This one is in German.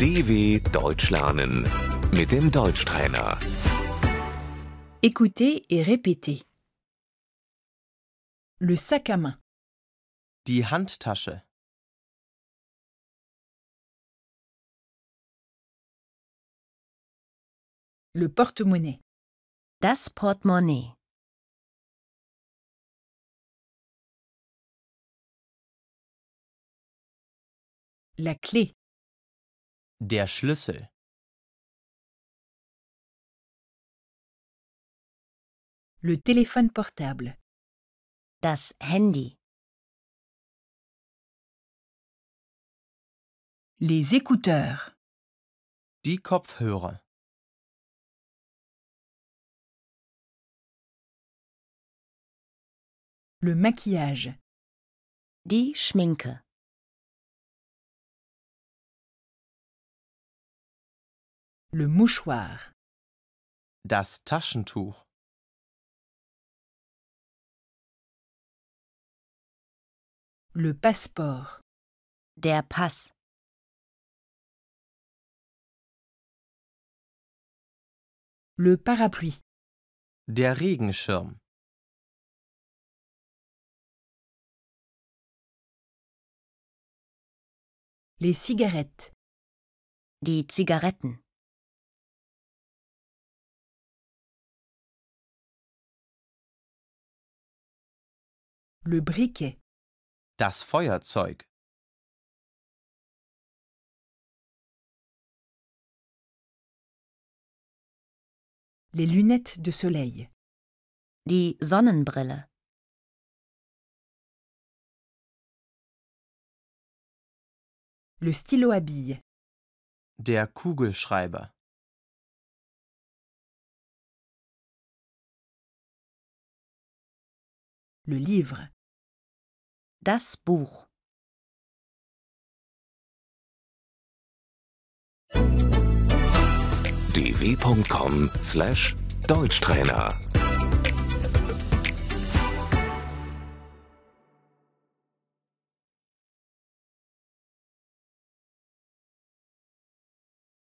DW Deutsch lernen mit dem Deutschtrainer. Écoutez et répétez. Le sac à main, Die Handtasche, le porte-monnaie, Das Portemonnaie, la clé, der Schlüssel, le téléphone portable, das Handy, les écouteurs, die Kopfhörer, le maquillage, die Schminke, le mouchoir, das Taschentuch, le passeport, der Pass, le parapluie, der Regenschirm, les cigarettes, die Zigaretten, le briquet, das Feuerzeug, les lunettes de soleil, die Sonnenbrille, le stylo à billes, der Kugelschreiber, le livre, das Buch. dw.com/deutschtrainer